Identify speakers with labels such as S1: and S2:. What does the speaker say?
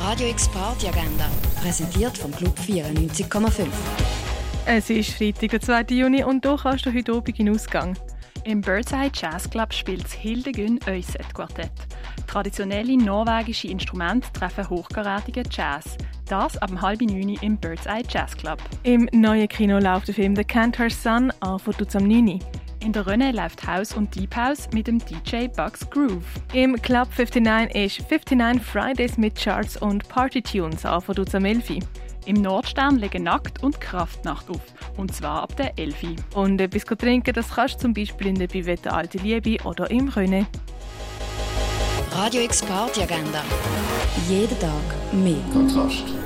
S1: Radio X Party Agenda, präsentiert vom Club 94,5.
S2: Es ist Freitag, der 2. Juni und hier kannst du heute Abend in den Ausgang.
S3: Im Birdseye Jazz Club spielt das Hildegün Øyset Quartett. Traditionelle norwegische Instrumente treffen hochkarätigen Jazz. Das ab um halb neun im Birdseye Jazz Club.
S2: Im neuen Kino läuft der Film «The Cantor Sun» an von am 9 Uhr.
S3: In der Rönne läuft House und Deep House mit dem DJ Bugs Groove.
S2: Im Club 59 ist 59 Fridays mit Charts und Party-Tunes an von am 11 Uhr.
S3: Im Nordstern legen Nackt- und Kraftnacht auf. Und zwar ab der 11 Uhr.
S2: Und etwas trinken, das kannst du zum Beispiel in der Bivette Alte Liebe oder im Rönne.
S1: Radio X Party Agenda. Jeden Tag mehr.
S4: Kontrast.